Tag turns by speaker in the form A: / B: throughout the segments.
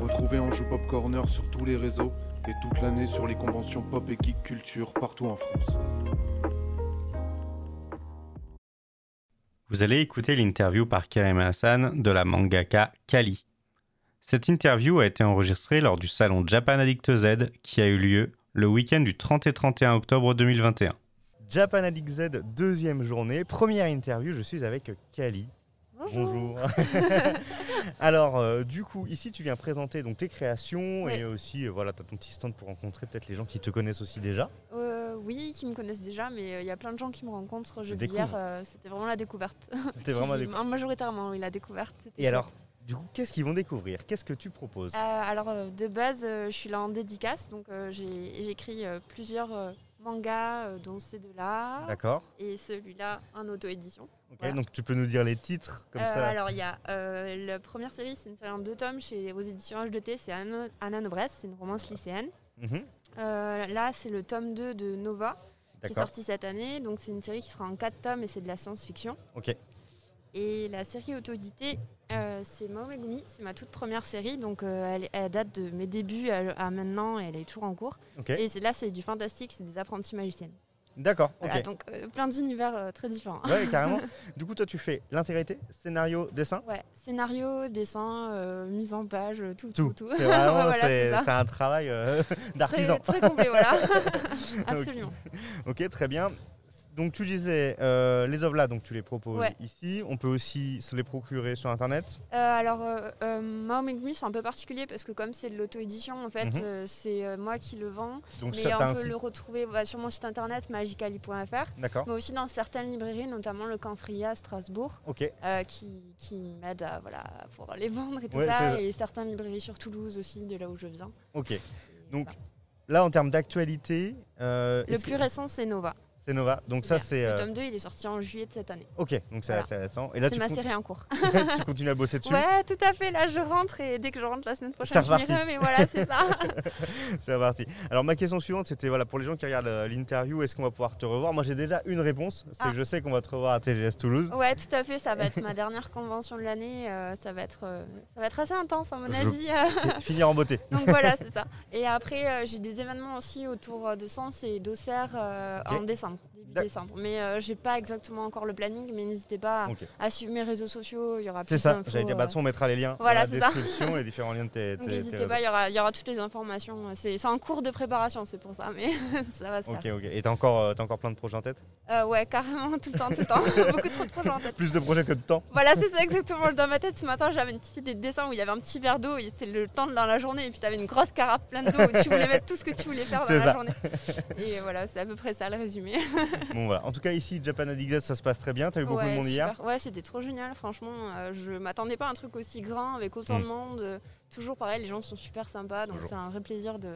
A: Retrouvez Anjou Pop Corner sur tous les réseaux et toute l'année sur les conventions pop et geek culture partout en France.
B: Vous allez écouter l'interview par Kerem Hassan de la mangaka Kali. Cette interview a été enregistrée lors du salon Japan Addict Z qui a eu lieu le week-end du 30 et 31 octobre 2021.
C: Japan Addict Z, deuxième journée, première interview, je suis avec Kali. Bonjour. Alors, euh, du coup, ici, tu viens présenter donc tes créations
D: Oui.
C: et aussi, euh, voilà, tu as ton petit stand pour rencontrer peut-être les gens qui te connaissent aussi déjà.
D: Euh, oui, qui me connaissent déjà, mais euh, il y a plein de gens qui me rencontrent. Je
C: découvre.
D: hier, euh, c'était vraiment la découverte.
C: C'était vraiment
D: Qui-
C: des-
D: Majoritairement, oui, la découverte. c'était
C: Et alors,
D: chouette.
C: du coup, qu'est-ce qu'ils vont découvrir Qu'est-ce que tu proposes
D: Euh, Alors, euh, de base, euh, je suis là en dédicace, donc euh, j'ai- j'écris euh, plusieurs euh, mangas, euh, dont ces deux-là,
C: D'accord.
D: et celui-là en auto-édition.
C: Ok,
D: voilà.
C: Donc, tu peux nous dire les titres comme
D: Euh,
C: ça.
D: Alors, il y a euh, la première série, c'est une série en deux tomes chez, aux éditions H2T, c'est Anna Anna Nobresse, c'est une romance lycéenne.
C: Mhm,
D: Euh, là, c'est le tome 2 de Nova, qui est
C: D'accord.
D: sortie cette année. Donc c'est une série qui sera en 4 tomes et c'est de la science-fiction.
C: Ok.
D: Et la série auto-éditée, euh, c'est Momegumi, c'est ma toute première série, donc euh, elle, elle date de mes débuts à, à maintenant et elle est toujours en cours.
C: Ok.
D: Et c'est- là c'est du fantastique, c'est des apprentis magiciennes.
C: D'accord. Ok.
D: Voilà, donc euh, plein d'univers euh, très différents.
C: Ouais, carrément. du coup, toi, tu fais l'intégralité, scénario, dessin.
D: Ouais, scénario, dessin, euh, mise en page, euh, tout,
C: Tout.
D: tout, tout.
C: C'est vraiment
D: Voilà, c'est
C: c'est,
D: ça.
C: c'est un travail euh, d'artisan.
D: Très, très complet, voilà. Absolument.
C: Ok, très bien. Donc tu disais, euh, les œuvres là, donc tu les proposes
D: Ouais.
C: ici. On peut aussi se les procurer sur Internet.
D: Euh, alors, euh, euh, Mao Megumi, c'est un peu particulier parce que comme c'est de l'auto-édition, en fait,
C: Mhm.
D: euh, c'est euh, moi qui le vends.
C: Donc
D: mais
C: certains
D: on peut
C: sites-
D: le retrouver bah, sur mon site internet magicali.fr,
C: D'accord.
D: mais aussi dans certaines librairies, notamment le Canfria à Strasbourg,
C: Ok.
D: euh, qui, qui m'aide à, voilà, pour les vendre et tout
C: Ouais, c'est ça.
D: ça, et certaines librairies sur Toulouse aussi, de là où je viens.
C: Ok.
D: Et
C: Donc
D: voilà.
C: là, en termes d'actualité, euh,
D: Le
C: est-ce
D: plus
C: que-
D: récent, c'est Nova.
C: c'est Nova. Donc ça,
D: Super.
C: c'est euh,
D: Le tome 2, il est sorti en juillet de cette année.
C: ok. Donc c'est
D: Voilà.
C: assez récent. Et là,
D: c'est
C: tu,
D: ma
C: con-
D: série en cours.
C: tu continues à bosser dessus.
D: Ouais, tout à fait. Là, je rentre et dès que je rentre la semaine prochaine, je m'y
C: reparti.
D: remets. Voilà, c'est ça.
C: C'est parti. Alors ma question suivante, c'était voilà pour les gens qui regardent euh, l'interview, est-ce qu'on va pouvoir te revoir Moi, j'ai déjà une réponse. C'est
D: Ah. Oh.
C: que je sais qu'on va te revoir à TGS Toulouse.
D: Ouais, tout à fait. Ça va être ma dernière convention de l'année. euh, ça va être, euh, ça va être assez intense à mon
C: Je-
D: avis. euh,
C: Fi- Finir en beauté.
D: donc voilà, c'est ça. Et après, euh, j'ai des événements aussi autour euh, de Sens et d'Auxerre euh,
C: Ok.
D: en décembre, début
C: D'ac-
D: décembre. Mais euh, j'ai pas exactement encore le planning. Mais n'hésitez pas à-
C: Ok.
D: à suivre mes réseaux sociaux. Il y aura
C: C'est
D: plus
C: ça.
D: d'infos.
C: J'allais dire, bah, de
D: euh.
C: toute façon, on mettra les liens
D: Voilà,
C: dans
D: c'est
C: la
D: ça.
C: description, les différents liens de tes.
D: Donc
C: tes- tes
D: n'hésitez
C: réseaux.
D: pas. Il y aura, il y aura toutes les informations. euh, C'est c'est en cours de préparation. C'est pour ça. Mais ça va se
C: Ok,
D: faire.
C: ok. Et t'as encore, euh, t'as encore plein de projets en tête
D: Euh, ouais, carrément tout le temps, tout le temps. Beaucoup trop de projets en tête.
C: Plus de projets que de temps
D: Voilà, c'est ça exactement. Dans ma tête, ce matin, j'avais une petite idée de dessin où il y avait un petit verre d'eau et c'est le temps de dans la journée. Et puis, tu avais une grosse carafe pleine d'eau où tu voulais mettre tout ce que tu voulais faire dans
C: C'est
D: la
C: ça.
D: journée. Et voilà, c'est à peu près ça le résumé.
C: Bon voilà. En tout cas ici, Japan Addict Z, ça se passe très bien. T'as eu beaucoup de monde hier.
D: super. Ouais, c'était trop génial, franchement. Euh, je m'attendais pas à un truc aussi grand avec autant
C: Mm.
D: de monde. Euh, Toujours pareil, les gens sont super sympas. Donc,
C: Toujours.
D: c'est un vrai plaisir de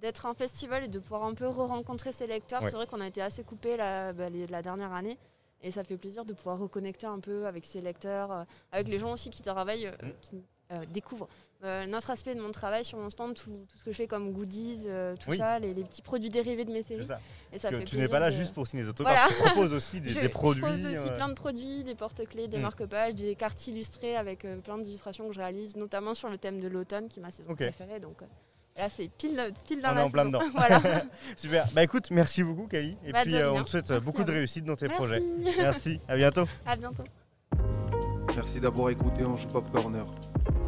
D: d'être en festival et de pouvoir un peu re-rencontrer ses lecteurs.
C: Ouais.
D: C'est vrai qu'on a été assez coupés la, bah, les- la dernière année. Et ça fait plaisir de pouvoir reconnecter un peu avec ses lecteurs, euh, avec les gens aussi qui travaillent, euh,
C: Mm.
D: qui euh, découvrent Euh, notre aspect de mon travail sur mon stand, tout, tout ce que je fais comme goodies, euh, tout
C: Oui.
D: ça, les, les petits produits dérivés de mes
C: C'est
D: séries.
C: ça.
D: Et ça
C: Parce
D: fait
C: que tu n'es
D: plaisir
C: pas là
D: de-
C: juste pour signer des autographes. Tu proposes aussi des,
D: je,
C: des produits.
D: Je propose aussi
C: euh,
D: plein de produits, des porte-clés, des
C: Mm.
D: marque-pages, des cartes illustrées avec euh, plein d'illustrations que je réalise, notamment sur le thème de l'automne, qui est ma saison
C: Ok.
D: préférée. Donc euh, là, c'est pile, pile dans
C: On
D: la
C: est en plein
D: saison.
C: dedans.
D: voilà.
C: Super. Bah écoute, merci beaucoup Kali. Et
D: Bah, de
C: puis euh, on
D: rien.
C: te souhaite
D: Merci
C: beaucoup
D: à
C: de
D: vous.
C: réussite dans tes projets.
D: Merci.
C: Merci. À bientôt.
D: à bientôt.
A: Merci d'avoir écouté Anjou Pop Corner.